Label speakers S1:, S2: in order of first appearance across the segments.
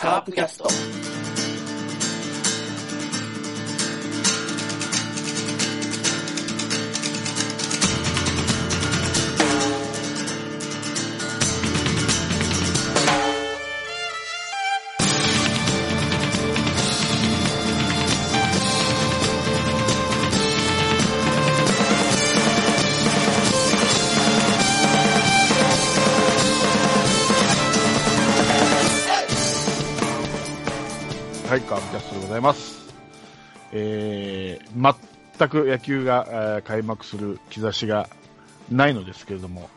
S1: カープキャスト。
S2: はい、カーブキャストでございます。えー、全く野球が、えー開幕する兆しがないのですけれども、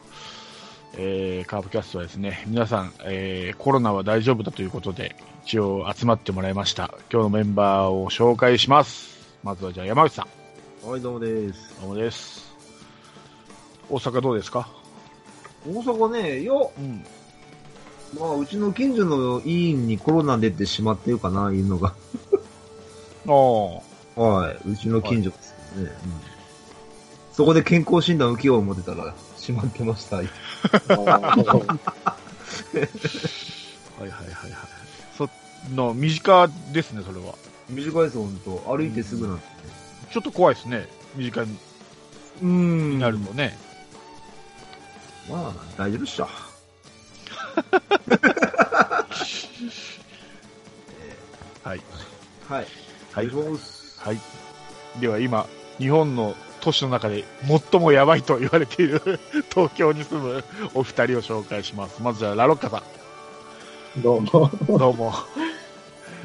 S2: えー、カーブキャストはですね、皆さん、えー、コロナは大丈夫だということで、一応集まってもらいました。今日のメンバーを紹介します。まずはじゃあ山口さん、
S3: はい、どうもです。
S2: どうもです。大阪どうですか
S3: 大阪ね、いや、
S2: うん。
S3: まあ、うちの近所の委員にコロナ出てしまってるかな、いうのが。
S2: あ
S3: はい、うちの近所ですけどね。うんそこで健康診断受けよう思ってたら、しまってました。
S2: あ、はいはいはいはい。その、身近ですね、それは。
S3: 短いです、ほんと。歩いてすぐなんて、ね。
S2: ちょっと怖いですね、身近に
S3: うーん
S2: なるとね。
S3: まあ、大丈夫っし ょ。
S2: はい。
S3: はい。
S2: は
S3: お願
S2: い
S3: いします
S2: はい。では今、日本の都市の中で最もやばいと言われている 東京に住むお二人を紹介します。まずはラロッカさ
S4: どうも。
S2: ん。 どうも。
S4: ね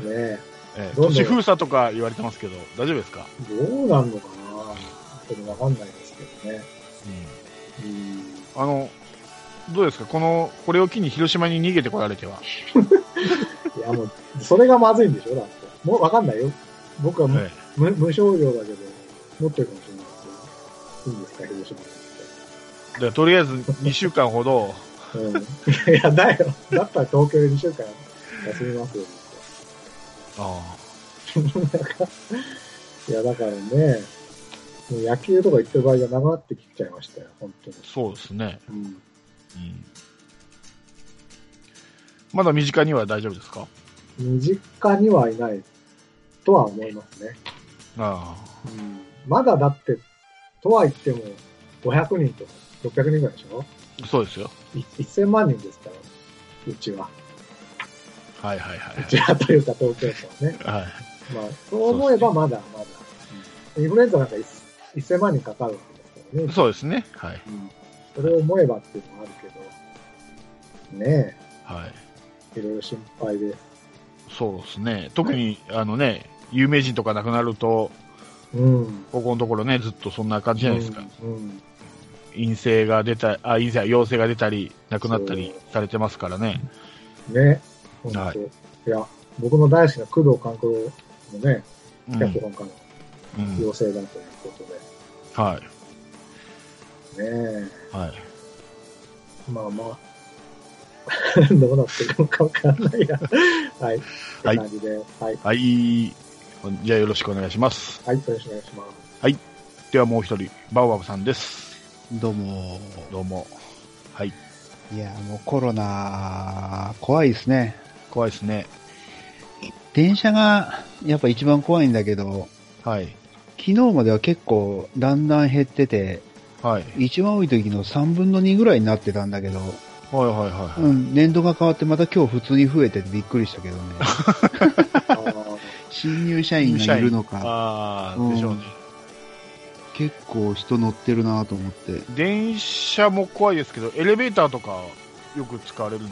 S2: えー
S4: どうも
S2: 都市封鎖とか言われてますけど、大丈夫ですか
S4: どうなんのかなちょっとわかんないですけどね。うん。
S2: あの、どうですかこの、これを機に広島に逃げてこられては。
S4: いや、もう、それがまずいんでしょだって。もうわかんないよ。僕は無,、
S2: え
S4: 無症状だけど、持ってるかもしれないですよ。いいんですか、広島
S2: えでとりあえず2週間ほど、
S4: って。うん。いや、だよ。だったら東京で2週間休みますよ。
S2: あ
S4: いや、だからね、もう野球とか行ってる場合じゃなくなってきちゃいましたよ、本当に
S2: あ。そうですね。
S4: うん。
S2: うんまだ身近には大丈夫ですか
S4: 身近にはいないとは思いますね。
S2: あ
S4: うんまだだって、とは言っても、500人とか600人ぐらいでしょ
S2: あ、そうですよ。
S4: い ?1000 万人ですから、うちは。
S2: はいはいはいう
S4: ちはというか東京都はね。
S2: はい。はい。
S4: まあ、そう思えばまだまだ。インフルエンザなんか1000万人かかるわけですか
S2: そうですね。はい。
S4: らね。それを思えばっていうのはあるけど、ね
S2: はい。
S4: え、いろいろ心配で。
S2: そうですね。特に、あのね、有名人とか亡くなると、
S4: うん。
S2: ここのところね、ずっとそんな感じじゃないですか。
S4: うん。うん
S2: 陰性が出た、あ、陰性、陽性が出たり、亡くなったり
S4: そう
S2: されてますからね。
S4: ね本当、
S2: はい
S4: い、や、僕の大好きな工藤官九郎もね、
S2: う
S4: キ
S2: ん
S4: ャプロンから
S2: うん
S4: 陽性だということで。
S2: はい。
S4: ねえ。
S2: はい。
S4: まあ まあ。どうなってるのかわかんないや。 はい。って
S2: はい
S4: 感じで。はい。
S2: はい。じゃあよろしくお願いします。
S4: はい。よろしくお願いしま
S2: ではもう一人、バオバブさんです。
S5: どうも。
S2: どうも。はい。
S5: いや、もうコロナ、怖いですね。
S2: 怖いですね。
S5: 電車が、やっぱ一番怖いんだけど、
S2: はい。
S5: 昨日までは結構、だんだん減ってて、
S2: はい。
S5: 一番多い時の3分の2ぐらいになってたんだけど、
S2: はいはいはい。
S5: う
S2: はい
S5: ん、年度が変わってまた今日普通に増えててびっくりした けどね。
S4: す。あー
S5: 新入社員がいるのか、
S2: あ
S5: う
S2: あ、
S5: ん
S2: でしょうね。
S5: 結構人乗ってるなと思って。
S2: 電車も怖いですけど、エレベーターとかよく使われるん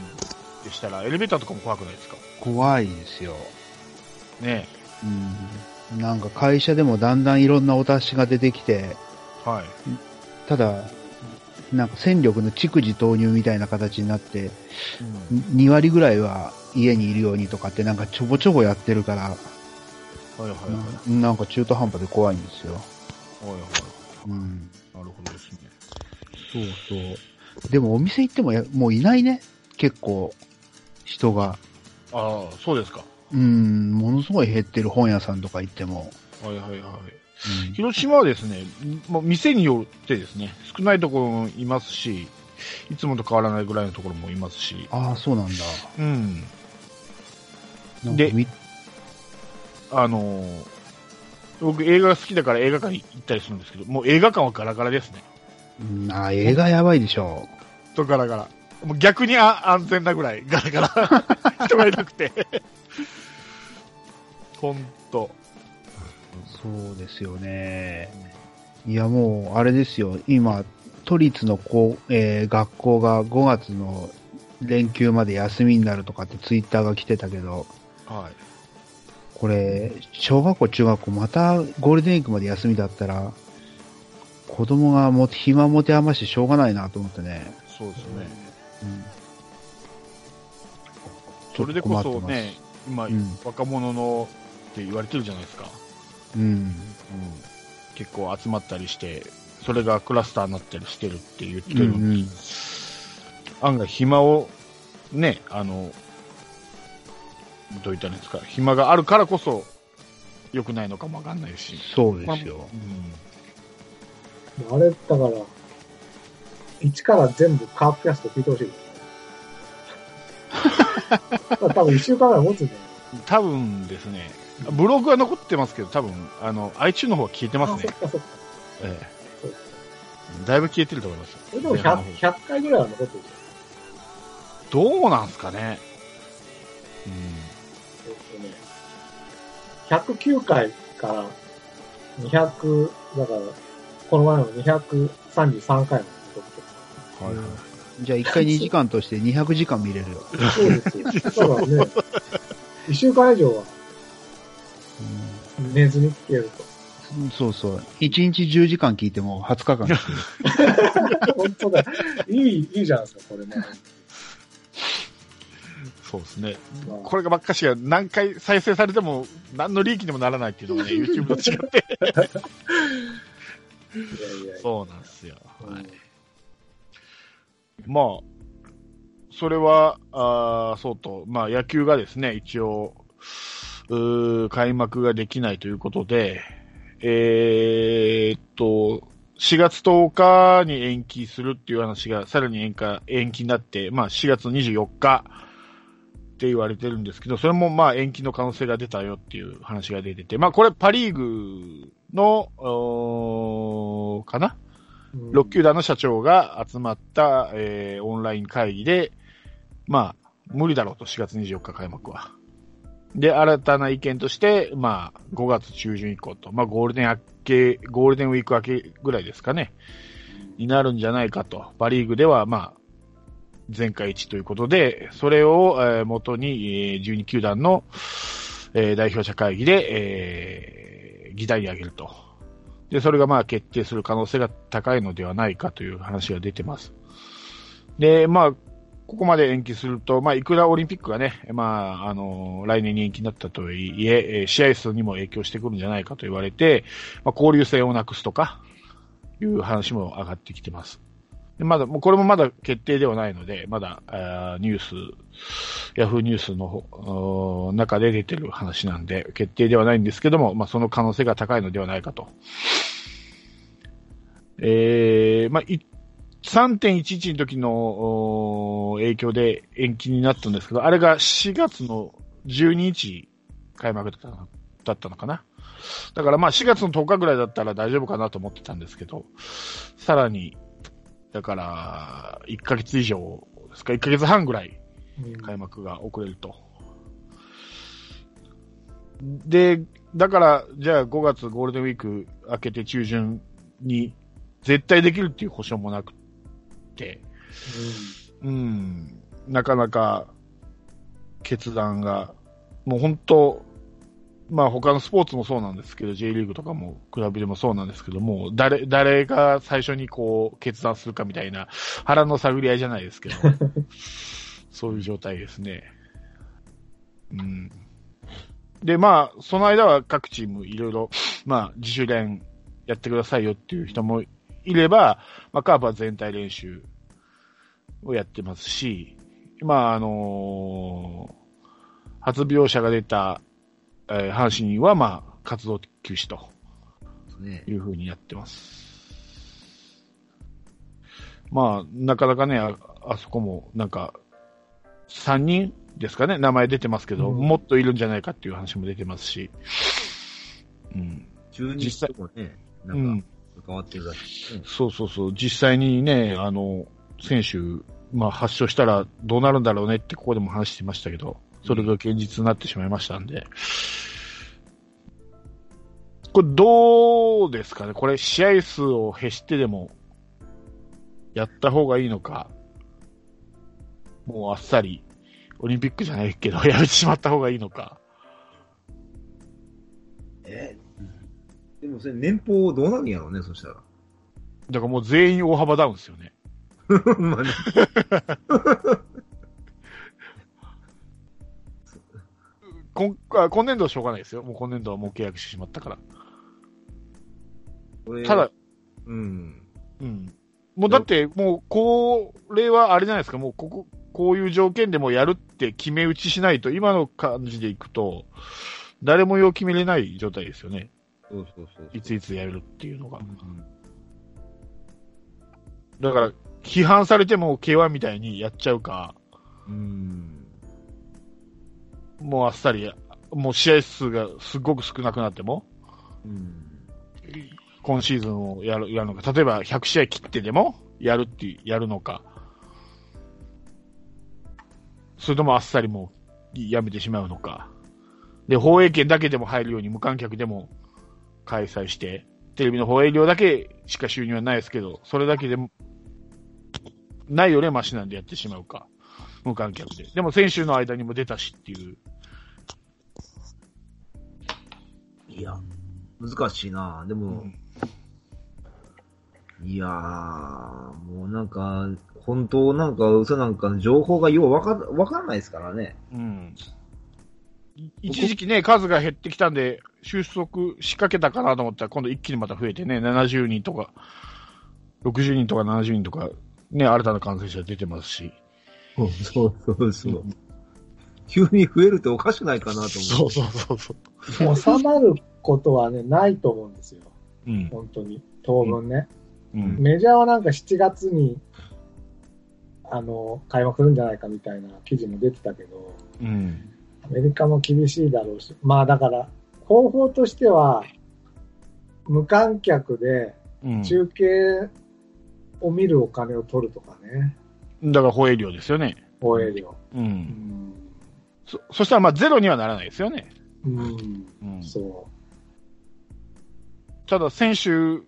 S2: でしたら、エレベーターとかも怖くないですか
S5: 怖いですよ。
S2: ね
S5: うん。なんか会社でもだんだんいろんなお達しが出てきて、
S2: え。はい。
S5: ただ、なんか戦力の逐次投入みたいな形になって、
S2: うん
S5: 2割ぐらいは家にいるようにとかってなんかちょぼちょぼやってるから、
S2: はいはいはい。はいはい
S5: うんなんか中途半端で怖いんですよ。
S2: はい。
S5: うん。
S2: なるほどですね。
S5: そうそう。でもお店行ってもやもういないね。結構、人が。
S2: ああ、そうですか。
S5: うん、ものすごい減ってる本屋さんとか行っても。
S2: はいはいはい。
S5: うん
S2: 広島はですね、もう店によってですね、少ないところもいますし、いつもと変わらないぐらいのところもいますし、
S5: ああ、そうなんだ。
S2: うん、
S5: なんか
S2: で
S5: み
S2: あのー僕映画が好きだから映画館行ったりするんですけど、もう映画館はガラガラですね。
S5: うんああ、映画やばいでしょ。
S2: とガラガラ。もう逆にあ安全なぐらいガラ ガラ。人がいなくて。ほんと。
S5: そうですよね。いや、もう、あれですよ。今、都立の高、えー学校が5月の連休まで休みになるとかってツイッターが来てたけど、
S2: は
S5: これ、小学校、中学校、またゴールデンウィークまで休みだったら、子供がもう暇持て余してしょうがないなと思ってね。
S2: い。そうですね。
S5: うん
S2: それでこそね、、今、
S5: うん
S2: 若者のって言われてるじゃないですか。
S5: うん。
S2: 結構集まったりして、それがクラスターになったりしてるって言って
S5: うんう
S2: る、
S5: ん。
S2: 案外暇を、ね、あの、どういったらいいんですか、暇があるからこそ、良くないのかもわかんないし。
S5: そうですよ。
S4: あれ、だから、一から全部カープキャスト聞いてほ しい。まあ多分一週間ぐらい持つんだよ。
S2: 多分ですね、ブログは残ってますけど、多分あの iTunes の方は消えてます
S4: そ
S2: ね
S4: っ。かそっか。
S2: え
S4: そうか
S2: え、だいぶ消えてると思いますよ。
S4: それでも
S2: 前半の
S4: 100,
S2: 方
S4: 100回ぐらいは残ってるじ
S2: どうなんすかね。うん
S4: ゃん。えっとね、109回から200、だから、この前の233回も残ってる。
S2: はいはい
S5: じゃあ、1回2時間として200時間見れるよ。
S4: そうですよ。だからね、一週間以上は寝ずに聞けると。
S5: うんそうそう。1日10時間聞いても20日間聞ける。
S4: 本当だ。いい、いいじゃないですか、これね。
S2: そうですね。
S4: まあ
S2: これがばっかしが何回再生されても何の利益にもならないっていう のがね、YouTube と違って。
S4: いやいやいや
S2: そうなんですよ。は
S4: う
S2: い
S4: ん、
S2: まあ、それは、あーそうと、まあ野球がですね、一応、うー開幕ができないということで、えーっと、4月10日に延期するっていう話がさらに延期延期になって、まあ4月24日って言われてるんですけど、それもまあ延期の可能性が出たよっていう話が出てて、まあこれパリーグの、おーかな
S4: うん
S2: 6球団の社長が集まった、えーオンライン会議で、まあ、無理だろうと、4月24日開幕は。で、新たな意見として、まあ、5月中旬以降と、まあ、ゴールデン明け、ゴールデンウィーク明けぐらいですかね、になるんじゃないかと、パリーグでは、まあ、前回1ということで、それを、えー元に、えー12球団の、えー代表者会議で、えー議題に挙げると。で、それがまあ決定する可能性が高いのではないかという話が出てます。で、まあ、ここまで延期すると、まあ、いくらオリンピックがね、まあ、あの、来年に延期になったとはいえ、えー試合数にも影響してくるんじゃないかと言われて、まあ、交流戦をなくすとか、いう話も上がってきてます。でまだ、もうこれもまだ決定ではないので、まだ、あーニュース、ヤフーニュースのほおー中で出てる話なんで、決定ではないんですけども、まあ、その可能性が高いのではないかと。えーまあ、い3.11の時のおー影響で延期になったんですけど、あれが4月の12日開幕だったのだったのかな。だからまあ4月の10日ぐらいだったら大丈夫かなと思ってたんですけど、さらに、だから、1ヶ月以上ですか、1ヶ月半ぐらい
S4: うん
S2: 開幕が遅れると。で、だから、じゃあ5月ゴールデンウィーク明けて中旬に絶対できるっていう保証もなくて、うん、なかなか決断が、もう本当、まあ他のスポーツもそうなんですけど、J リーグとかも比べてもそうなんですけども、誰、誰が最初にこう決断するかみたいな腹の探り合いじゃないですけど、そういう状態ですね。うん。で、まあ、その間は各チームいろいろ、まあ、自主練やってくださいよっていう人もいれば、まあ、カープは全体練習をやってますし、まあ、あのー発病者が出た、えー阪神は、まあ、活動休止と
S3: ね
S2: いうふうにやってます。まあ、なかなかね、ああそこも、なんか、3人ですかね、名前出てますけど、
S4: うん
S2: もっといるんじゃないかっていう話も出てますし、うん。
S3: 12人ともね、な
S2: うんん
S3: か関わってるらしい。
S2: そうそうそう、実際にね、あの、選手、まあ、発症したらどうなるんだろうねって、ここでも話してましたけど、それが現実になってしまいましたんで、これ、どうですかね、これ、試合数を減してでも、やった方がいいのか、もうあっさり、オリンピックじゃないけど、 やめてしまった方がいいのか、
S3: えでもそれ年俸どうなるんやろうね、そしたら。
S2: だからもう全員大幅ダウンですよね。
S3: まあね
S2: 今あ今年度はしょうがないですよ。もう今年度はもう契約してしまったから。
S3: これ
S2: ただ、、
S3: うん。
S2: うん。もうだって、もう、これはあれじゃないですか、もうここ、こういう条件でもやるって決め打ちしないと、今の感じでいくと、誰もよう決めれない状態ですよね。
S3: そうそうそう
S2: いついつやるっていうのが
S3: う。ん
S2: だから、批判されても K1 みたいにやっちゃうか、
S3: うん。
S2: もうあっさり、もう試合数がすごく少なくなっても、
S3: うん。
S2: 今シーズンをやるやるのか、例えば100試合切ってでもやるっていうやるのか、それともあっさりもうやめてしまうのか、で放映権だけでも入るように無観客でも開催して、テレビの放映料だけしか収入はないですけど、それだけでもないよりはマシなんでやってしまうか、無観客で。でも選手の間にも出たしっていう、
S3: いや、難しいなでも、いやー、もうなんか、本当なんか嘘なんかの情報がようわか、わかんないですからね。
S2: うんい一時期ね、数が減ってきたんで、収束しかけたかなと思ったら、今度一気にまた増えてね、70人とか、60人とか70人とか、ね、新たな感染者出てますし。
S3: そうそうそう。急に増えるっておかしくないかなと思う。
S2: うそうそうそう。
S4: 収まることはね、ないと思うんですよ。
S2: うん。
S4: 本当に。当分ね。
S2: うん。
S4: メジャーはなんか7月に、あの、開幕するんじゃないかみたいな記事も出てたけど、
S2: うん。
S4: アメリカも厳しいだろうし、まあだから、方法としては、無観客で
S2: うん。
S4: 中継を見るお金を取るとかね、
S2: だから、放映量ですよね。
S4: 放映料。
S2: う。
S4: うんん。
S2: そ、そしたら、まあ、ゼロにはならないですよね。
S4: うん。
S2: うん。
S4: そ
S2: ただ、選手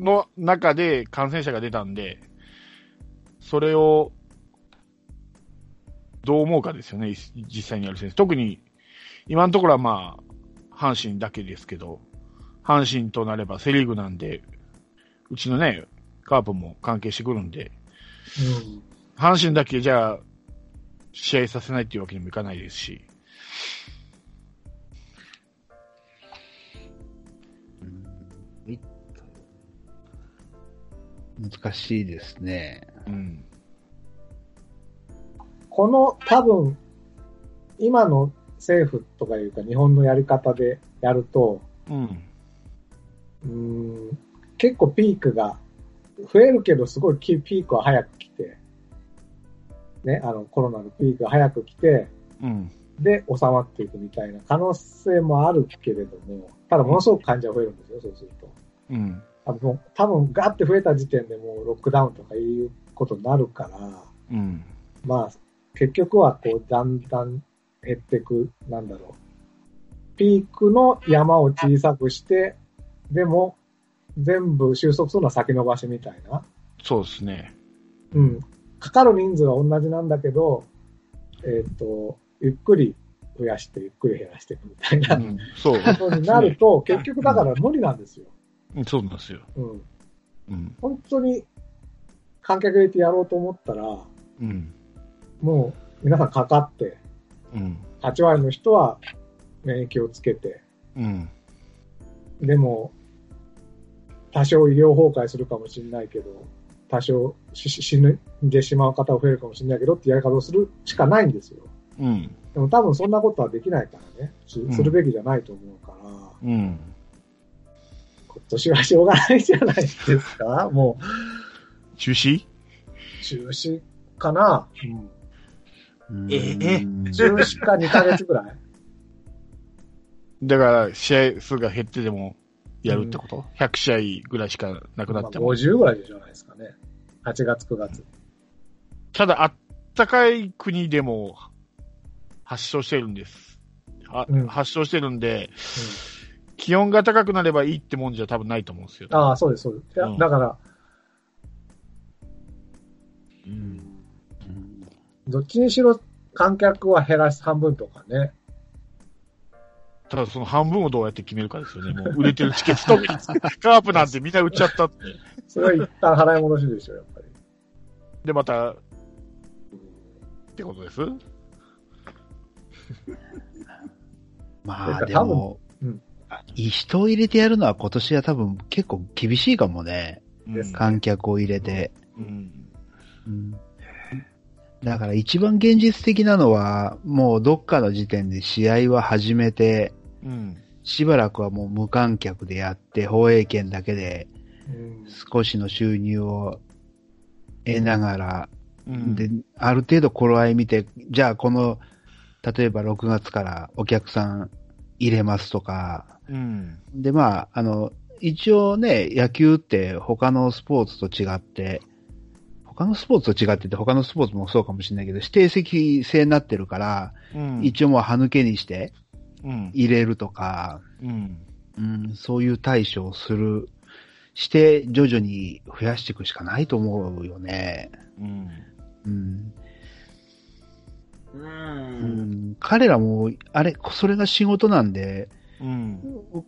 S2: の中で感染者が出たんで、それをどう思うかですよね、い実際にやる選手。特に、今のところはまあ、阪神だけですけど、阪神となればセリーグなんで、うちのね、カープも関係してくるんで、
S4: う。うん。
S2: 阪神だけじゃあ、試合させないっていうわけにもいかないですし、
S5: 難しいですね。
S2: うん。
S4: この多分、今の政府とかいうか日本のやり方でやると、
S2: うん。
S4: うーん、結構ピークが、増えるけどすごいピークは早く来て、ね、あのコロナのピークが早く来て、
S2: うん。
S4: で収まっていくみたいな可能性もあるけれども、ただものすごく患者が増えるんですよ、そうすると。
S2: うん。
S4: あの多分ガーって増えた時点でもうロックダウンとかいうことになるから、
S2: うん。
S4: まあ、結局はこう、だんだん減っていく、なんだろう。ピークの山を小さくして、でも、全部収束するのは先延ばしみたいな。
S2: そうですね。
S4: うん。かかる人数は同じなんだけど、えっ、と、ゆっくり増やして、ゆっくり減らしていくみたいうなこ
S2: ん。そう。
S4: とになると、結局だから無理なんですよ。
S2: うんそうなんですよ。
S4: うん。
S2: うん。
S4: 本当に、観客入れてやろうと思ったら、
S2: うん。
S4: もう、皆さんかかって、
S2: うん。
S4: 8割の人は免疫をつけて、
S2: うん。
S4: でも、多少医療崩壊するかもしれないけど、多少しし死んでしまう方が増えるかもしれないけどってやり方をするしかないんですよ。
S2: うん。
S4: でも多分そんなことはできないからね、し
S2: うん
S4: するべきじゃないと思うから、
S2: うん。
S4: 今年はしょうがないじゃないですか、もう。
S2: 中止
S4: 中止かな、
S5: うん
S1: え
S4: うん、中止か2ヶ月ぐらい。
S2: だから、試合数が減ってでもやるってこと、?100 試合ぐらいしかなくな
S4: まあ、
S2: っても。
S4: 50ぐらいじゃないですかね。8月、9月。
S2: ただ、あったかい国でも発症してるんです。あ
S4: うん
S2: 発症してるんで、気温が高くなればいいってもんじゃ多分ないと思うんですよ。
S4: ああ、そうです、そうです。いや
S2: うん
S4: だから、
S5: うんうん
S4: どっちにしろ観客は減らす半分とかね。
S2: ただ、その半分をどうやって決めるかですよね。もう売れてるチケットとカープなんてみんな売っちゃったって。
S4: それは一旦払い戻しでしょ、やっぱり。
S2: で、また、ってことです
S5: ま
S4: て
S5: あ
S4: か
S5: でも、
S4: 多分
S5: 人を入れてやるのは今年は多分結構厳しいかもね。
S4: ですか
S5: 観客を入れて。
S2: うん。
S5: うんだから一番現実的なのは、もうどっかの時点で試合は始めて、
S2: うん。
S5: しばらくはもう無観客でやって、放映権だけで
S4: うん
S5: 少しの収入を得ながら、
S2: うん。
S5: で、ある程度頃合い見て、じゃあこの、例えば6月からお客さん入れますとか、
S2: うん。
S5: で、まあ、あの、一応ね、野球って他のスポーツと違って、他のスポーツと違ってて、他のスポーツもそうかもしれないけど、指定席制になってるから、
S2: うん。
S5: 一応もう歯抜けにして
S2: うん。
S5: 入れるとか、
S2: うん。
S5: うん、そういう対処をする、して、徐々に増やしていくしかないと思うよね。
S2: うん。
S5: うん。
S1: う。
S5: うんん、彼らも、あれ、それが仕事なんで、
S2: うん。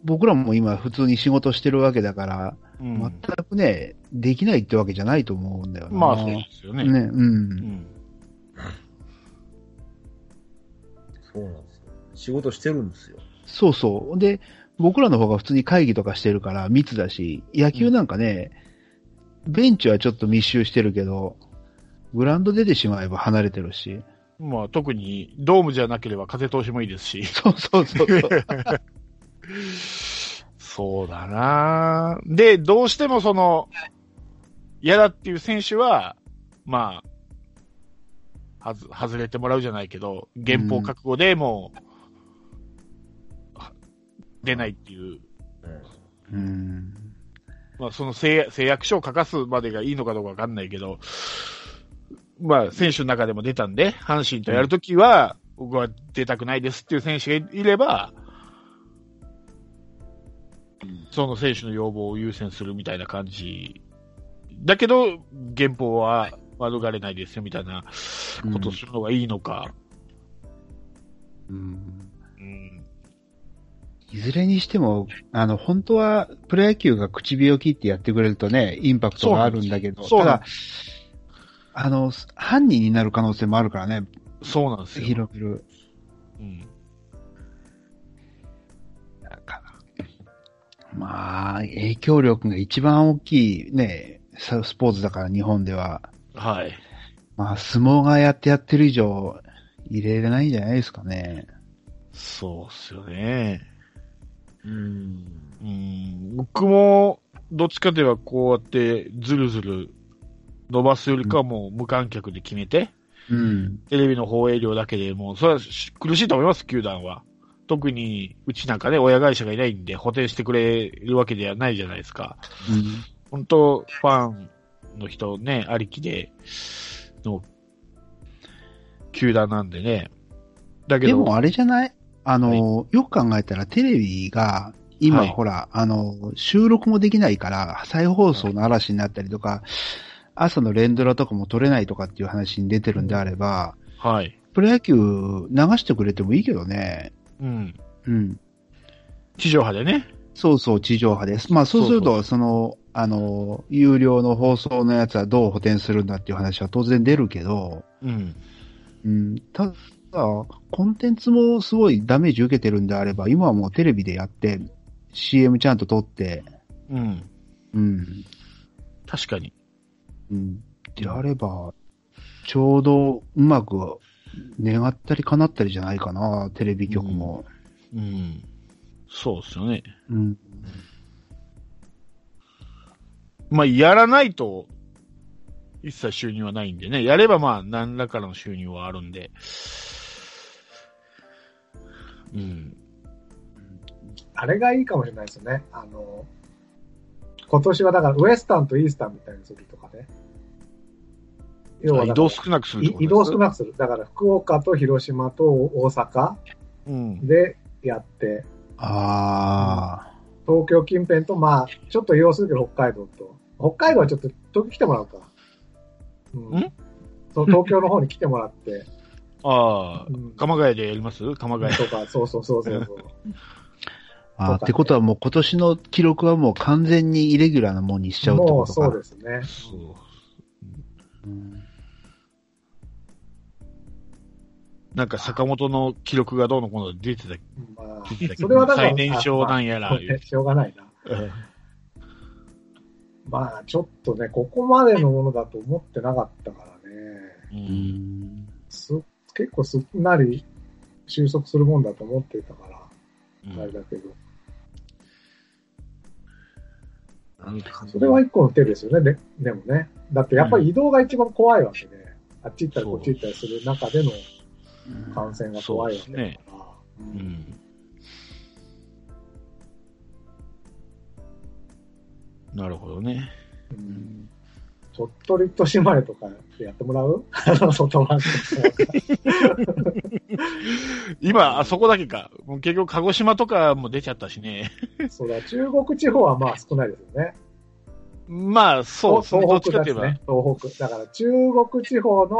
S5: 僕らも今普通に仕事してるわけだから、
S2: うん
S5: 全くね、できないってわけじゃないと思うんだよね。
S2: まあ、そうですよね。
S5: ね、う。
S2: うんん。
S3: そうなんですよ。仕事してるんですよ。
S5: そうそう。で、僕らの方が普通に会議とかしてるから密だし、野球なんかね、ベンチはちょっと密集してるけど、グラウンド出てしまえば離れて るし。
S2: まあ、特に、ドームじゃなければ風通しもいいですし。
S5: そうそうそうそう。
S2: そうだなぁで、どうしてもその、嫌だっていう選手は、まあ、はず、外れてもらうじゃないけど、原稿覚悟でもう、は出ないっていう、
S5: うん。
S2: まあ、その誓約誓約書を書かすまでがいいのかどうかわかんないけど、まあ、選手の中でも出たんで、阪神とやるときは、僕は出たくないですっていう選手がいれば、その選手の要望を優先するみたいな感じ。だけど、原稿は免れないですよみたいなことをするのがいいのか。
S5: うん
S2: うん。
S5: いずれにしても、あの、本当は、プロ野球が唇を切ってやってくれるとね、インパクトがあるんだけど、
S2: そう
S5: た
S2: なん
S5: だ、あの、犯人になる可能性もあるからね、
S2: そうなんですよ。
S5: 広げる。
S2: うん。
S5: だからまあ、影響力が一番大きいね、さスポーツだから日本では。
S2: はい。
S5: まあ、相撲がやってやってる以上、入れれないんじゃないですかね。
S2: そうっすよね。
S3: うん。
S2: うん僕も、どっちかといえばこうやってずるずる伸ばすよりかはもう無観客で決めて、
S5: うん。
S2: テレビの放映量だけでもう、それはし苦しいと思います、球団は。特に、うちなんかね、親会社がいないんで補填してくれるわけではないじゃないですか。
S5: うん。
S2: 本当ファンの人ね、ありきで、の、球団なんでね。だけ
S5: で
S2: ど、
S5: もあれじゃないあの、よく考えたらテレビが、今、
S2: はい
S5: ほら、あの、収録もできないから、再放送の嵐になったりとか、朝の連ドラとかも撮れないとかっていう話に出てるんであれば、
S2: はい。
S5: プロ野球流してくれてもいいけどね。
S2: うん。
S5: うん。
S2: 地上波でね。
S5: そうそう、地上波です。まあ、そうすると、その、あの、有料の放送のやつはどう補填するんだっていう話は当然出るけど、
S2: うん。
S5: うん、ただ、コンテンツもすごいダメージ受けてるんであれば、今はもうテレビでやって、CM ちゃんと撮って、
S2: うん。
S5: うん、
S2: 確かに。
S5: うん、であれば、ちょうどうまく願ったり叶ったりじゃないかな、テレビ局も。
S2: うん。そうですよね。
S5: うん、
S2: まあ、やらないと、一切収入はないんでね、やればまあ、何らかの収入はあるんで、うん、
S4: あれがいいかもしれないですよね。あの、今年はだからウエスタンとイースタンみたいにするとかね。要は
S2: 移
S4: だから
S2: 動少なくする
S4: い
S2: ってこと
S4: 移動少
S2: な
S4: なくする。だから福岡と広島と大阪
S2: うん。
S4: でやって、
S5: あ
S4: 東京近辺とまあ、ちょっと要するけど北海道と。北海道はちょっと東京来てもらうか。うんそう東京の方に来てもらって、
S2: ああ
S4: う、ん、
S2: 鎌ヶ谷でやります鎌ヶ谷。
S4: とか、そうそうそうそうそう。
S5: ーあー。ってことはもう今年の記録はもう完全にイレギュラーなもんにしちゃうって
S4: も
S5: こ
S4: う
S5: と
S4: そ
S5: か。
S4: うですね。
S2: そう
S5: うん
S2: なんか坂本の記録がどうのこうの出てた
S4: まあ
S2: 出てた、け
S4: そ
S2: ど、
S4: れはだから、
S2: 最年少なんや
S4: あ
S2: ら
S4: まあ、
S2: 言う
S4: しょうがないな。
S2: うん
S4: まあ、ちょっとね、ここまでのものだと思ってなかったからね、
S2: う
S5: うんん
S4: す結構すっなり収束するもんだと思ってたから、あれだけど、
S3: なんか
S4: それは一個の手ですよね、ででもね。だってやっぱり移動が一番怖いわけで、あっち行ったりこっち行ったりする中での感染が怖いわけだから。
S2: う
S4: う
S2: んんなるほどね。
S4: うん鳥取と島根とかでやってもらうあの外回りとか
S2: 今、あそこだけか。もう結局、鹿児島とかも出ちゃったしね。
S4: そうだ、中国地方はまあ少ないですよね。
S2: まあ、そう、
S4: 東
S2: どっ
S4: 東
S2: ちかと
S4: 北
S2: い
S4: で
S2: え
S4: す
S2: ば。
S4: ね。東北。だから中国地方の、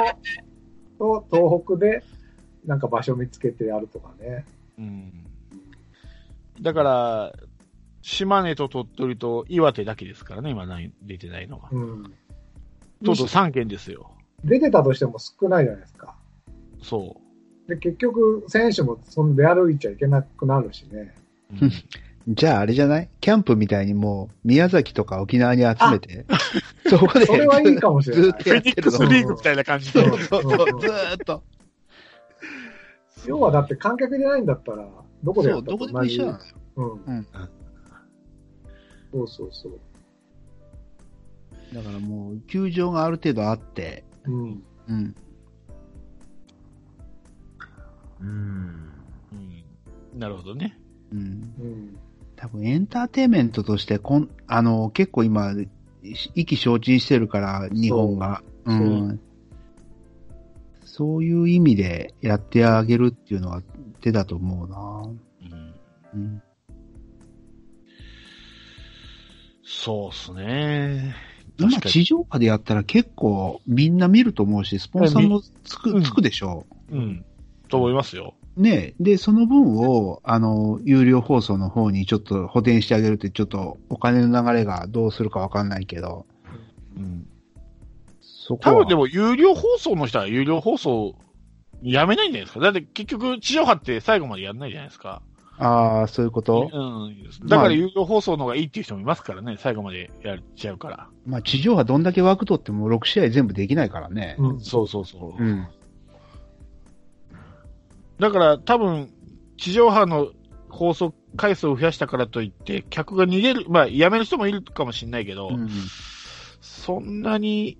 S4: と東北で、なんか場所見つけてやるとかね。
S2: うん。だから、島根と鳥取と岩手だけですからね、今ない出てないのが。
S4: うん。
S2: そうそう、3県ですよ。
S4: 出てたとしても少ないじゃないですか。
S2: そ
S4: で、結局、選手もその出歩いちゃいけなくなるしね。
S2: う。うん
S5: じゃああれじゃないキャンプみたいにもう宮崎とか沖縄に集めて、 そこで
S4: それはいいかもしれない
S5: ずっと
S2: フ
S5: やっ
S2: ェ
S5: て
S2: ニッ
S5: る
S2: ク
S5: の
S2: スリーグみたいな感じで。
S5: そうそうそう、ずーっと。
S4: 要はだって観客でないんだったら、どこでや
S5: そ
S4: っ
S5: う、
S4: たと
S5: どこで
S4: 同
S5: も
S4: じ。
S5: 一緒なのよ。
S4: うん。
S5: うん
S4: そうそうそう。
S5: だからもう、球場がある程度あって、
S4: うん。
S5: うん。
S3: うん。
S2: うんなるほどね。
S5: うん。
S4: うん。
S5: 多分エンターテインメントとしてこん、あの、結構今、意気消沈してるから、日本が。う。
S4: そうん
S5: そういう意味でやってあげるっていうのは手だと思うな
S2: うん
S5: うん。
S2: そうっすね。
S5: 今、
S2: 確かに
S5: 地上波でやったら結構みんな見ると思うし、スポンサーもつ
S2: う
S5: く、
S2: ん
S5: つくでしょ
S2: うん。と思いますよ。
S5: ねで、その分を、あの、有料放送の方にちょっと補填してあげるって、ちょっとお金の流れがどうするかわかんないけど、
S2: うん。
S5: そこ
S2: 多
S5: は。
S2: 分でも、有料放送の人は有料放送やめないんじゃないですか。だって結局、地上波って最後までやんないじゃないですか。
S5: ああ、そういうこと、
S2: うん。だか
S5: ま
S2: ら
S5: あ
S2: 有料放送の方がいいっていう人もいますからね、最後までやっちゃうから。
S5: まあ、地上波どんだけ枠取っても6試合全部できないからね。
S4: うん
S2: そうそうそうう。
S5: ん。
S2: だから多分、地上波の放送回数を増やしたからといって、客が逃げる、まあ、やめる人もいるかもしれないけど、
S5: うん
S2: そんなに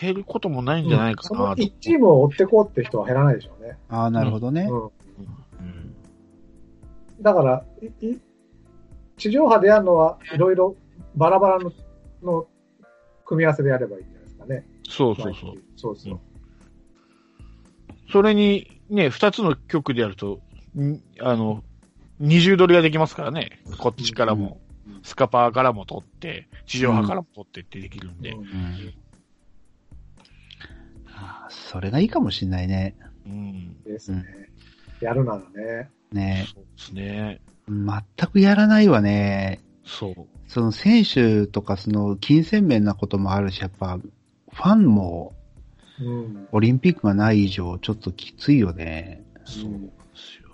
S2: 減ることもないんじゃないか
S4: そ
S2: な
S4: の
S2: と。
S4: 1チームを追ってこうって人は減らないでしょうね。
S5: ああ、なるほどね。
S4: うん。
S2: うん
S4: だから、いい地上波でやるのはいろいろバラバラのの組み合わせでやればいいんじゃないですかね。
S2: そうそうそう
S4: 毎。日。そうそう。
S2: それに、ね、二つの局でやると、んあの、二重取りができますからね。こっちからも、
S4: うんうん
S2: スカパーからも取って、地上波からも取ってってできるんで。
S4: うん
S5: うんああそれがいいかもしんないね。
S2: うん。
S4: ですね。やるならね。
S5: ね
S2: そうですね。
S5: 全くやらないわね。
S2: そう。
S5: その選手とかその金銭面なこともあるし、やっぱファンも
S4: うん。
S5: オリンピックがない以上ちょっときついよね。
S2: そうなんですよ。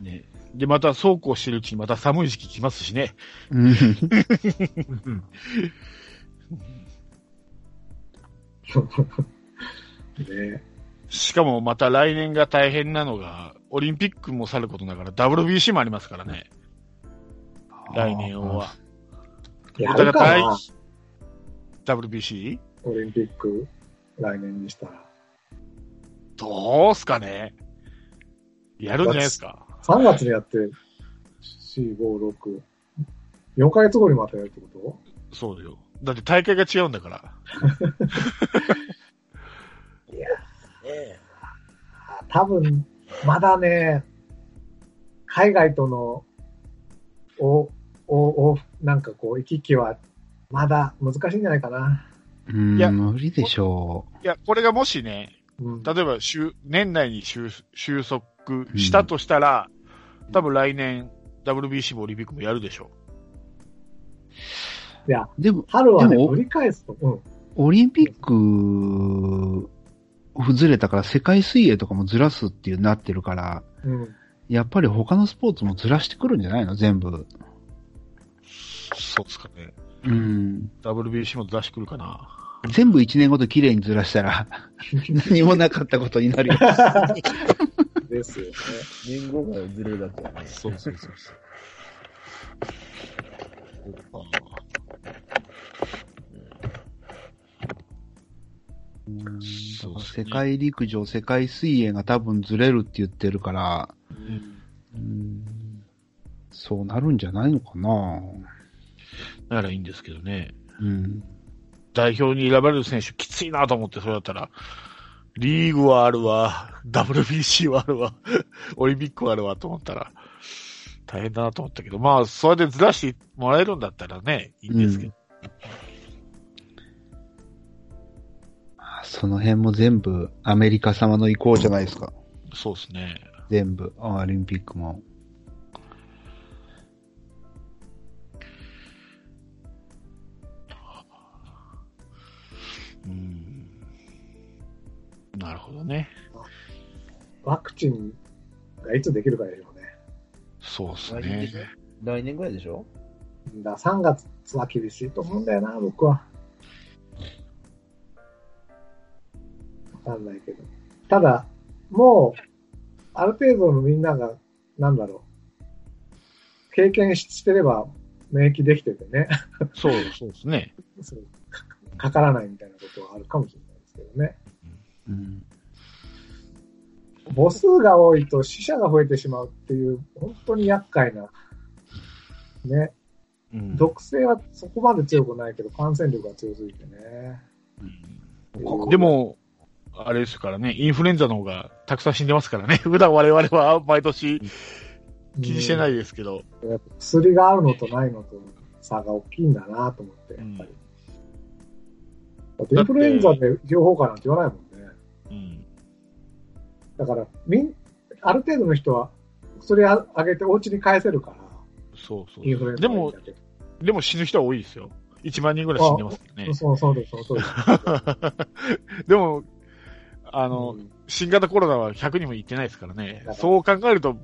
S2: ね。で、またそうこうしてるうちにまた寒い時期来ますしね。
S5: うん。
S4: ね
S2: しかもまた来年が大変なのが、オリンピックもさることながら WBC もありますからね。来年は。
S4: やるかな
S2: WBC?
S4: オリンピック、来年にしたら。
S2: どうすかねやるんじゃないですか。
S4: 3月にやって、4、5、6、4ヶ月後にまたやるってこ
S2: そうだよ。だって大会が違うんだから。
S1: え
S4: と多分、まだね、海外との、お、お、お、なんかこう、行き来は、まだ難しいんじゃないかな。
S5: うん、
S2: いや
S5: 無理でしょ
S2: いや、これがもしね、
S4: うん。
S2: 例えば週、年内に収収束したとしたら、多分来年 WBC もオリンピックもやるでしょ
S5: う。でも、
S4: 春はね、
S5: でも
S4: 取り返すと、うん。
S5: オリンピック、ずれたから世界水泳とかもずらすっていうなってるから、
S4: うん。
S5: やっぱり他のスポーツもずらしてくるんじゃないの全部。
S2: う。そうですかね。
S5: うん。
S2: WBC も出してくるかな。
S5: 全部1年ごと綺麗にずらした ら、何もなかったことになるよ。
S4: ですよね。
S1: 年号がずれだったよね。
S2: そうそうそうそう。そうですね
S5: 世界陸上、世界水泳が多分ずれるって言ってるから、うんそうなるんじゃないのかな
S2: ならいいんですけどね。
S5: うん。
S2: 代表に選ばれる選手きついなと思って、それだったら、リーグはあるわ、WBC はあるわ、 オリンピックはあるわと思ったら、大変だなと思ったけど、まあ、それでずらしてもらえるんだったらね、いいんですけど。
S5: まあその辺も全部アメリカ様の意向じゃないですか。
S2: そうですね。
S5: 全部、オリンピックも。
S2: うん。なるほどね。
S4: ワクチンがいつできるかでしょうね。
S2: そうです
S1: 来年でしょ
S2: ね。
S1: 来年ぐらいでしょ
S4: だから3月は厳しいと思うんだよな、僕は。わかんないけど。ただ、もう、ある程度のみんなが、なんだろう。経験ししてれば、免疫できててね。
S2: そう、そうですね。
S4: そうかからないみたいなことはあるかもしれないですけどね。
S5: うん。
S4: 母数が多いと死者が増えてしまうっていう、本当に厄介な、ね、
S2: うん
S4: 毒性はそこまで強くないけど、感染力が強すぎてね。
S2: でも、あれですからね、インフルエンザの方がたくさん死んでますからね。 普段我々は毎年
S4: うん、。
S2: 気にしてないいですけど、
S4: 薬があるのとないのと差が大きいんだなと思って、やっぱり。だってインフルエンザで両方かなんて言わないもんね。
S2: うん
S4: だから、みん、ある程度の人は薬あげてお家に帰せるから、
S2: そうそう
S4: インフルエンザ
S2: でも
S4: だ、けど
S2: でも死ぬ人は多いですよ。1万人ぐらい死んでますからね。
S4: そうそうです、そうです。
S2: でも、あ
S4: あ
S2: の、新型コロナは100人もいってないですからね
S4: だか。ら
S2: そう考えると、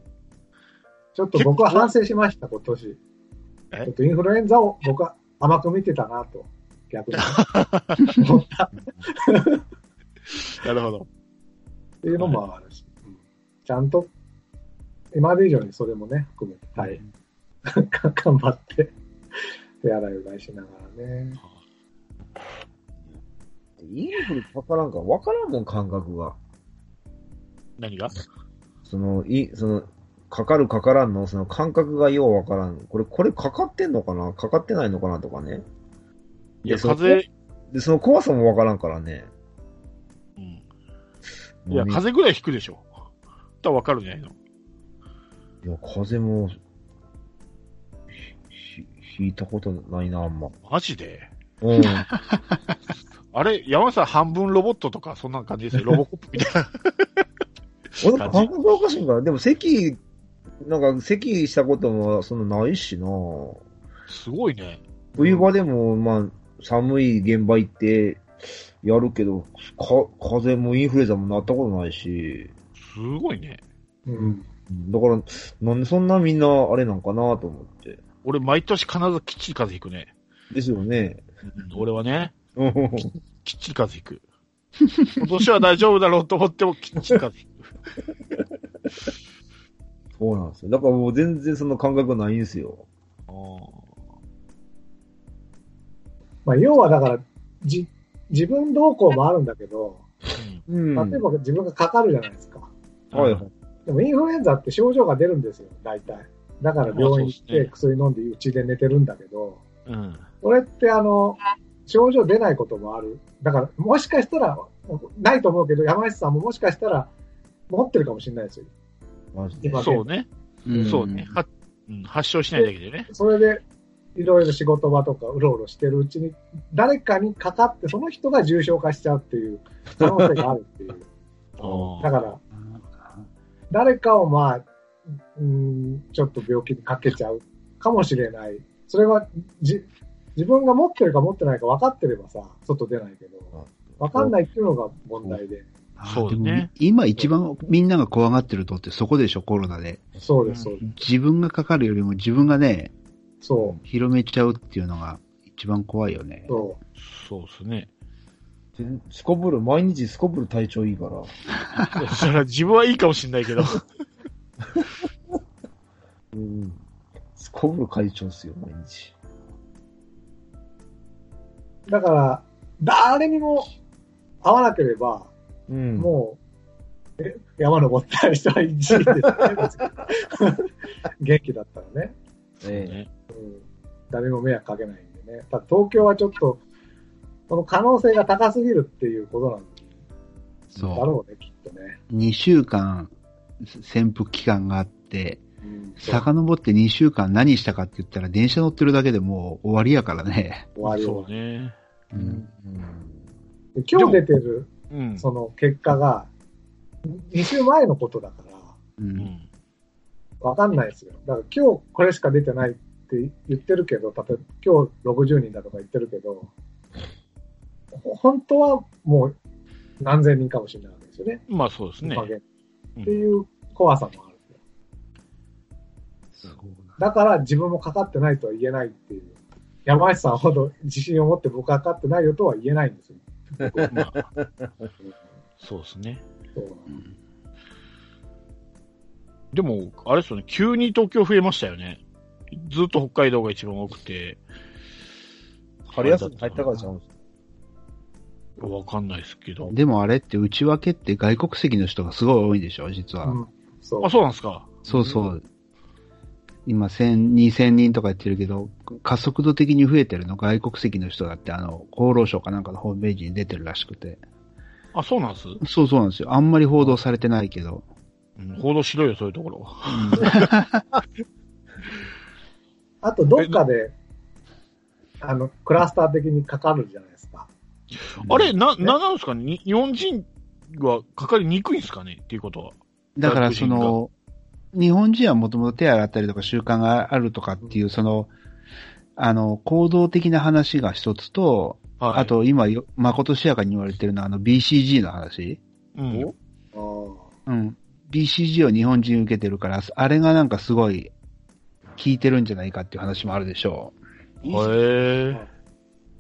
S4: ちょっと僕は反省しました、今年。ち
S2: え
S4: ょっとインフルエンザを僕は甘く見てたなと、逆に。思ったっ
S2: なるほど。
S4: ていうのもあるし、うんちゃんと、今まで以上にそれもね、含めて、はい。 頑張って、手洗いうがいしながらね。
S1: インフルかからんか、わからんもん、感覚が。
S2: 何が
S1: その、い、その、かかるかからんの、その感覚がようわからん。これ、これかかってんのかなかかってないのかなとかね。
S2: いや、
S1: その
S2: 風邪、
S1: で、その怖さもわからんからね。
S2: うんいや、
S1: もう
S2: 風
S1: ね
S2: 邪ぐらい引くでしょ。とはわかるんじゃないの
S1: いや、風も、ひ、ひ引いたことないな、あんま。
S2: マジで
S1: うん。
S2: あれ、山下さん半分ロボットとか、そんな感じですよ。ロボコップみたいな。
S1: 俺、感覚がおかしいんかな。でも、咳、なんか、咳したことも、そんなないしな。
S2: すごいね。
S1: 冬場でも、まあ、寒い現場行って、やるけど、か、風邪もインフルエンザもなったことないし、
S2: すごいね。
S4: うん。
S1: だから、なんでそんなみんなあれなんかなと思って。
S2: 俺、毎年必ずきっちり風邪ひくね。
S1: ですよ ね。
S2: 俺はね、
S1: うん
S2: きっちり風邪ひく。今年は大丈夫だろうと思っても、きっちり風邪ひく。
S1: そうなんですよ。だからもう全然その感覚ないんですよ。
S4: まあ、要はだから、じ、自分動向もあるんだけど、
S1: うん。
S4: 例えば自分がかかるじゃないですか。
S1: はいはい。
S4: でもインフルエンザって症状が出るんですよ、大体。だから病
S2: そう
S4: 院行っ
S2: です
S4: て
S2: ね
S4: 薬飲んで家で寝てるんだけど、
S2: うん。
S4: これってあの、症状出ないこともある。だから、もしかしたら、ないと思うけど、山内さんももしかしたら、持ってるかもしれないですよ。
S1: マジで。
S4: 今ね
S2: そうね。そうね。はうん発症しないだけでね。
S4: それで、いろいろ仕事場とかうろうろしてるうちに、誰かにかかって、その人が重症化しちゃうっていう可能性があるっ ていう。だから、誰かをまあ、うん、ちょっと病気にかけちゃうかもしれない。それは、じ、自分が持ってるか持ってないか分かってればさ、外出ないけど、分かんないっていうのが問題で。
S5: あ
S2: そうだね
S5: でも今一番みんなが怖がってるとってそこでしょ、コロナで。
S4: そうです、そうで
S5: 自分がかかるよりも自分がね、
S4: す。そう、
S5: 広めちゃうっていうのが一番怖いよね。
S4: そ
S2: そうですね。
S1: すこぶる、毎日すこぶる体調いいから。
S2: それは自分はいいかもしれないけど。
S1: うん。すこぶる会長っすよ、毎日。
S4: う。だから、誰にも会わなければ、
S1: うん。
S4: もう、え山登った人は一位 ですね元気だったらね。
S1: え
S4: うん誰にも迷惑かけないんでね。ただ東京はちょっと、その可能性が高すぎるっていうことなんだ
S5: そ
S4: ろうね、きっとね。
S5: う。2週間、潜伏期間があって、
S4: うん、そう
S5: 遡って2週間何したかって言ったら電車乗ってるだけでもう終わりやからね。
S4: 終わり
S2: そ
S4: を
S2: う。ね。
S1: えうん。うん
S4: で今日出てる、
S2: うん。
S4: その結果が、2週前のことだから、
S5: う。
S2: うんん。
S4: わかんないですよ。だから今日これしか出てないって言ってるけど、例えば今日60人だとか言ってるけど、ほ本当はもう何千人かもしれないわけですよね。
S2: まあそうですね
S4: お。かげっていう怖さもある。
S5: そう
S4: だから自分もかかってないとは言えないっていう。山内さんほど自信を持って僕かかってないよとは言えないんですよ。
S2: まあ、そうですね。
S4: そう
S2: でも、あれですよね。急に東京増えましたよね。ずっと北海道が一番多くて。
S1: 春休み入ったからちゃうんす
S2: わかんないですけど。
S5: でもあれって内訳って外国籍の人がすごい多いんでしょ、実は。
S4: うんそう
S2: あ、そうなんですか。
S5: そうそう。今、1000、2000人とか言ってるけど、加速度的に増えてるの外国籍の人だって、あの、厚労省かなんかのホームページに出てるらしくて。
S2: あ、そうなんです。う
S5: そうそうなんですよ。あんまり報道されてないけど。
S2: ん報道しろよ、そういうところは。
S4: あとどっかで、あの、クラスター的にかかるじゃないですか。
S2: あれ、な、なんなんですかねに日本人はかかりにくいんですかねっていうことは。
S5: だからその、日本人はもともと手洗ったりとか習慣があるとかっていう、その、あの、行動的な話が一つと、
S2: はい
S5: あ、と今よ、誠しやかに言われてるのは、あの、BCG の話。
S2: うん。
S4: ああ
S5: うん。BCG を日本人受けてるから、あれがなんかすごい、効いてるんじゃないかっていう話もあるでしょ
S2: へえ。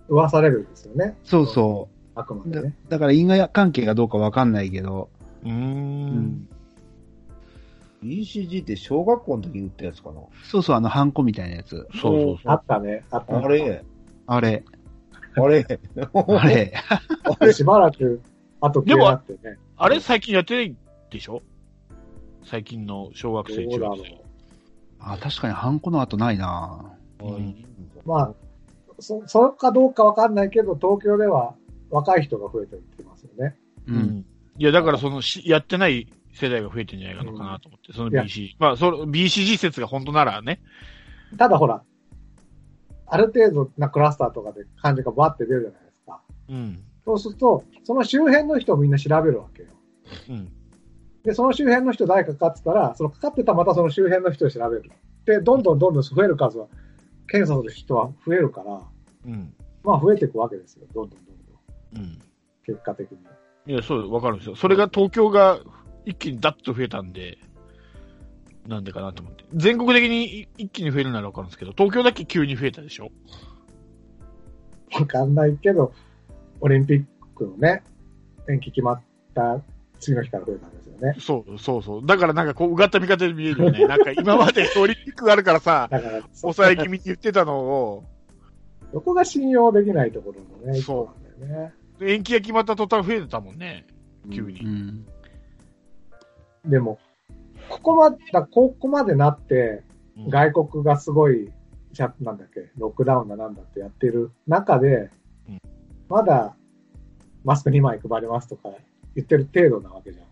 S4: 噂レベルですよね。
S5: う。そうそ
S4: あくま
S5: う。
S4: で
S5: だ
S4: ね。
S5: だから因果関係がどうかわかんないけど、
S2: うーん。
S1: BCG って小学校の時に打ったやつかな。
S5: そうそう、あの、ハンコみたいなやつ。
S2: そうそうそ
S4: あ
S2: う。
S4: ったね。あったね
S1: あれ
S5: あれ、
S1: あれ
S5: あれ、
S4: しばらく、あと消えなくてね。
S2: あれ、最近やってないでしょ最近の小学生、
S4: ど
S2: 中
S4: うだ
S2: 学
S4: ろ
S2: 生。
S4: う。
S5: あ、確かにハンコの後ないな
S2: うん
S4: まあ、そ、それかどうかわかんないけど、東京では若い人が増えていってますよね。
S5: う。
S2: うんんいや、だからそのし、やってない世代が増えてんじゃないかのかなと思って、その
S4: いや
S2: BC、まあ、その BCG 説が本当ならね、
S4: ただほら、ある程度なクラスターとかで患者がバって出るじゃないですか。
S2: うん、
S4: そうすると、その周辺の人をみんな調べるわけよ。
S2: うん、
S4: で、その周辺の人誰かかかってたら、そのかかってたまたその周辺の人を調べる。で、どんどんどんどん増える数は、検査する人は増えるから、
S2: うん、
S4: まあ増えていくわけですよ。どんどんどんどん。
S2: うん。
S4: 結果的に。
S2: いや、そう、わかるんですよ。それが東京が一気にダッと増えたんで、なんでかなと思って。全国的にい一気に増えるならわかるんですけど、東京だけ急に増えたでしょ
S4: わかんないけど、オリンピックのね、延期決まった次の日から増えたんですよね。
S2: そう、そうそう。だからなんかこう、うがった見方で見えるよね。なんか今までオリンピックがあるからさ、
S4: だから、そ
S2: 抑え気味に言ってたのを、
S4: そこが信用できないところのね、
S2: そう
S4: うなんだよね。
S2: 延期が決まった途端増えてたもんね。急に。
S5: うん。
S4: でも、ここまで、だここまでなって、
S2: うん
S4: 外国がすごい、シャなんだっけ、ロックダウンだなんだってやってる中で
S2: うん、
S4: まだマスク2枚配りますとか言ってる程度なわけじゃ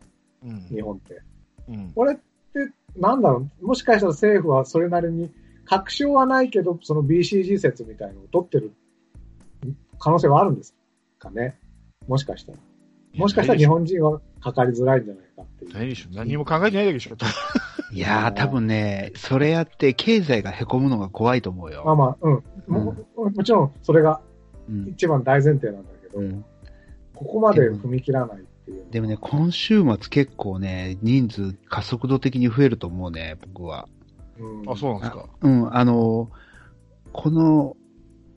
S4: ん、
S2: うん
S4: 日本って。
S2: うん
S4: これって、なんだろう、もしかしたら政府はそれなりに、確証はないけど、その BCG 説みたいのを取ってる可能性はあるんですかね。もしかしたら。もしかしたら日本人はかかりづらいんじゃないかっていう。
S2: ないでしょ。何も考えてないだけでしょ。
S5: いやー、多分ね、それやって経済が凹むのが怖いと思うよ。
S4: まあまあ、うん。ももちろん、それが
S5: うん
S4: 一番大前提なんだけど、
S5: うん
S4: ここまで踏み切らないっていう。
S5: でもね、今週末結構ね、人数加速度的に増えると思うね、僕は。
S4: うん、
S2: あ、そうなんですか。
S5: うん、あの、この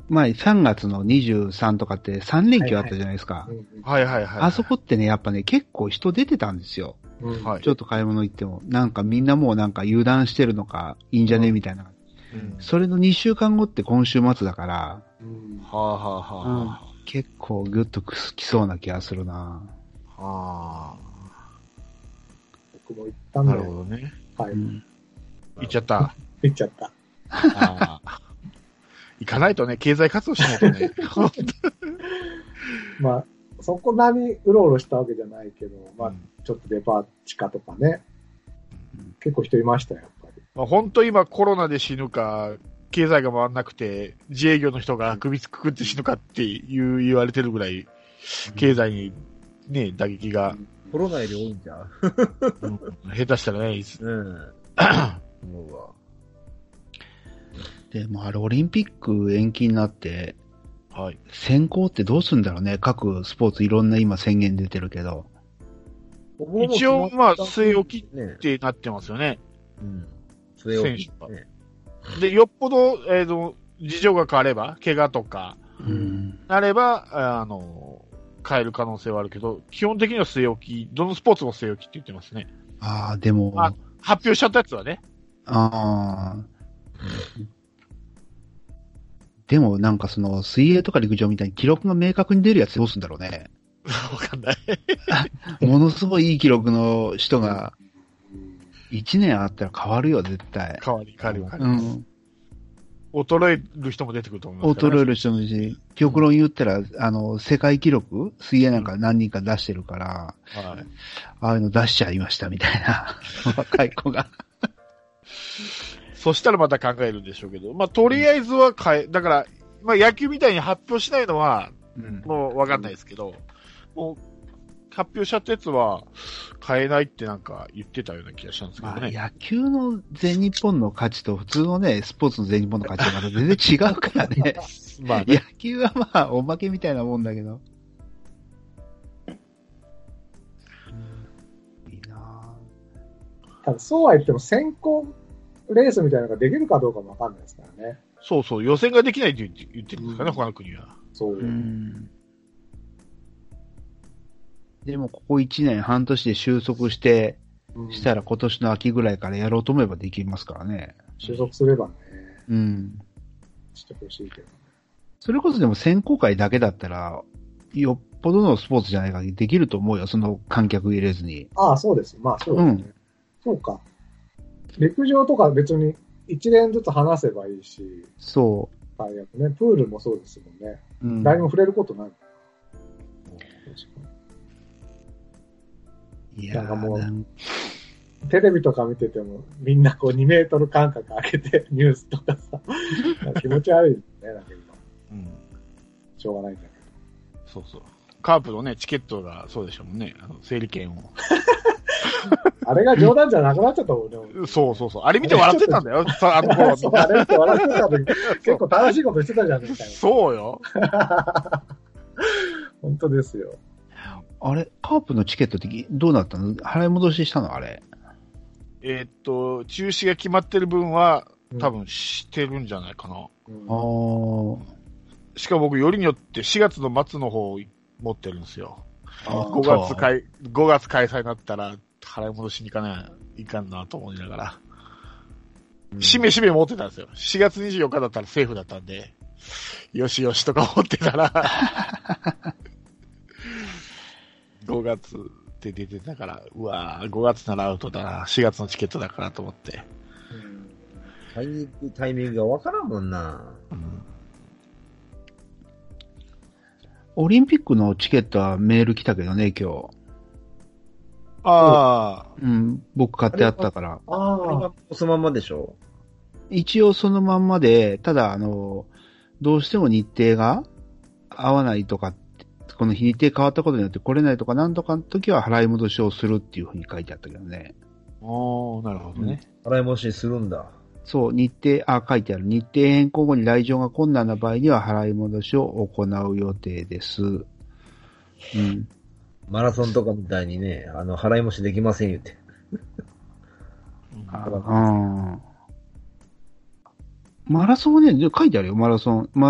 S5: 前、3月の23とかって3連休あったじゃないですか。
S4: うんうん
S2: はいはいはい。
S5: あそこってね、やっぱね、結構人出てたんですよ。
S4: うん
S2: はい
S5: ち。ょっと買い物行っても。なんかみんなもうなんか油断してるのか、いいんじゃねみたいな。
S2: うん
S5: それの2週間後って今週末だから、
S4: うん
S2: はあはあはあはあ。
S5: 結構ぐっとくすきそうな気がするな
S2: あ
S4: 僕も行った
S2: あ。
S4: ん
S2: な
S4: だ
S2: るほ
S4: よ。
S2: どね。
S4: はい。
S2: 行っちゃった。
S4: 行っちゃった。
S2: ああ行かないとね、経済活動しないとね。
S4: まあ、そこなにうろうろしたわけじゃないけど、
S2: う
S4: まあ、
S2: ん
S4: ちょっとデパ地下とかね、結構人いましたよ、やっぱり。
S2: まあ、本当今コロナで死ぬか、経済が回らなくて、自営業の人が首くくって死ぬかっていう言われてるぐらい、経済にね、打撃が、
S1: コロナより多いんじゃん。
S2: 下手したらね、いつ
S1: うん。思うわ。
S5: でもあれ、オリンピック延期になって、
S2: はい。
S5: 選考ってどうするんだろうね。各スポーツいろんな今宣言出てるけど。
S2: 一応まあ据え置き
S1: ね
S2: っ。てなってますよね。
S1: うん。据え置き
S2: 選手。は
S1: ね
S2: で、よっぽど、えっ、と、事情が変われば、怪我とか、
S5: うん。
S2: なれば、あの、変える可能性はあるけど、基本的には据え置き、どのスポーツも据え置きって言ってますね。
S5: ああ、でも、
S2: あ
S5: あ
S2: 発表しちゃったやつはね。
S5: あー。でもなんかその水泳とか陸上みたいに記録が明確に出るやつどうするんだろうね。
S2: わかんない。
S5: ものすごいいい記録の人が、1年あったら変わるよ、絶対。
S2: 変わり、変わり、変わり。
S5: うん。
S2: 衰える人も出てくると思いますから、
S5: 衰える人のうち、記録論言ったら、あの、世界記録水泳なんか何人か出してるから、
S2: はい。
S5: ああいうの出しちゃいましたみたいな、若い子が。
S2: そしたらまた考えるんでしょうけど、まあ、とりあえずは変え、だから、まあ、野球みたいに発表しないのは、
S5: うん。
S2: もうわかんないですけど、もう、発表しちゃったやつは、変えないってなんか言ってたような気がしたんですけど
S5: まあ、
S2: ね。
S5: 野球の全日本の価値と普通のね、スポーツの全日本の価値はまた全然違うからね。
S2: まあ、ね、
S5: 野球はまあ、おまけみたいなもんだけど。いいな
S4: ただ、そうは言っても先行レースみたいなのができるかどうかもわかんないですからね。
S2: そうそう、予選ができないって言って言ってるんですかね、他の国は。
S4: そう。
S5: ぁうん。でも、ここ1年半年で収束して、
S4: うん
S5: したら今年の秋ぐらいからやろうと思えばできますからね。
S4: 収束すればね、
S5: うん。
S4: してほしいけど。
S5: それこそでも選考会だけだったら、よっぽどのスポーツじゃない限りできると思うよ、その観客入れずに。
S4: ああ、そうです。まあ、そうですね。
S5: うん
S4: そうか。陸上とか別に一連ずつ話せばいいし、
S5: そ
S4: 最悪ね。プールもそうですもんね。
S5: う。うん、
S4: 誰も触れることないもん。
S5: いや
S4: なん
S5: ー
S4: かもう
S5: なん
S4: テレビとか見てても、みんなこう2メートル間隔空けて、 ニュースとかさ、なんか気持ち悪いね、なんか今。
S2: うん。
S4: しょうがないんだけ
S2: そうそう。カープのね、チケットがそうでしたもんね。あの整理券を。
S4: ど。あれが冗談じゃなくなっちゃったもんね。
S2: そうそうそう。あれ見て笑ってたんだ よ、さあの頃はみ
S4: そ
S2: ん
S4: う、あ
S2: な。
S4: れって笑ってた時、結構楽しいことしてたじゃん、みたいな。
S2: そうよ。
S4: 本当ですよ。
S5: あれ、カープのチケットってぎどうなったの払い戻ししたのあれ。
S2: えーっと、中止が決まってる分は、多分してるんじゃないかな。
S4: うん。
S5: あー
S2: しかも僕、よりによって4月の末の方を持ってるんですよ。 5月開、5月開催になったら、払い戻しに行かない、いかんなと思いながら。しめしめ持ってたんですよ。4月24日だったらセーフだったんで、よしよしとか思ってた ら、5月って出てたから、うわぁ、5月ならアウトだな、4月のチケットだからと思って。
S1: 買いに行くタイミングがわからんもんな。
S2: うん
S5: オリンピックのチケットはメール来たけどね、今
S2: あ
S5: 日。うん、僕買ってあったから。
S1: あれがそのまんまでしょ
S5: 一応そのまんまで、ただ、あの、どうしても日程が合わないとか、この日に程変わったことによって来れないとか、なんとかの時は払い戻しをするっていうふうに書いてあったけどね。
S2: あ、おー、なるほどね。
S1: 洗い戻しするんだ。
S5: そう、日程、あ、書いてある。日程変更後に来場が困難な場合には払い戻しを行う予定です。うん。
S1: マラソンとかみたいにね、あの、払い戻しできません言って。
S2: うん
S5: うん。マラソンはね、書いてあるよ、マラソン。マ